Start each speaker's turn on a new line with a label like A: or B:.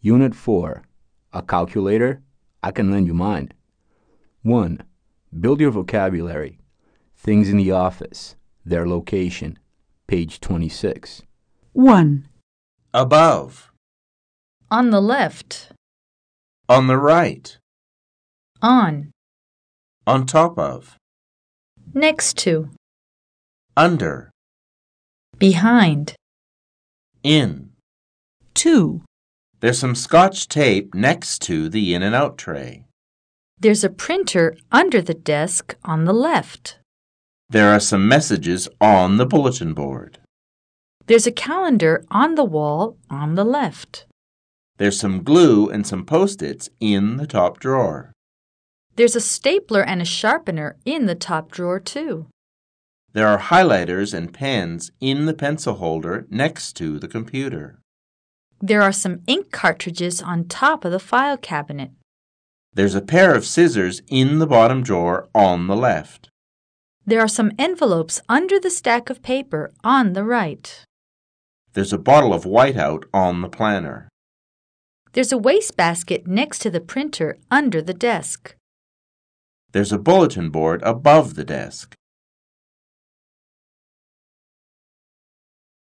A: Unit 4 A Calculator? I can lend you mine. 1. Build your vocabulary. Things in the office, their location. Page 26.
B: 1,
C: above,
D: On the left.
C: on the right,
D: On.
C: on top of,
D: Next to.
C: under,
D: Behind.
C: in.
B: 2,
C: There's some scotch tape next to the in and out tray.
D: There's a printer under the desk on the left.
C: There are some messages on the bulletin board.
D: There's a calendar on the wall on the left.
C: There's some glue and some post its in the top drawer.
D: There's a stapler and a sharpener in the top drawer, too.
C: There are highlighters and pens in the pencil holder next to the computer.
D: There are some ink cartridges on top of the file cabinet.
C: There's a pair of scissors in the bottom drawer on the left.
D: There are some envelopes under the stack of paper on the right.
C: There's a bottle of whiteout on the planner.
D: There's a wastebasket next to the printer under the desk.
C: There's a bulletin board above the desk.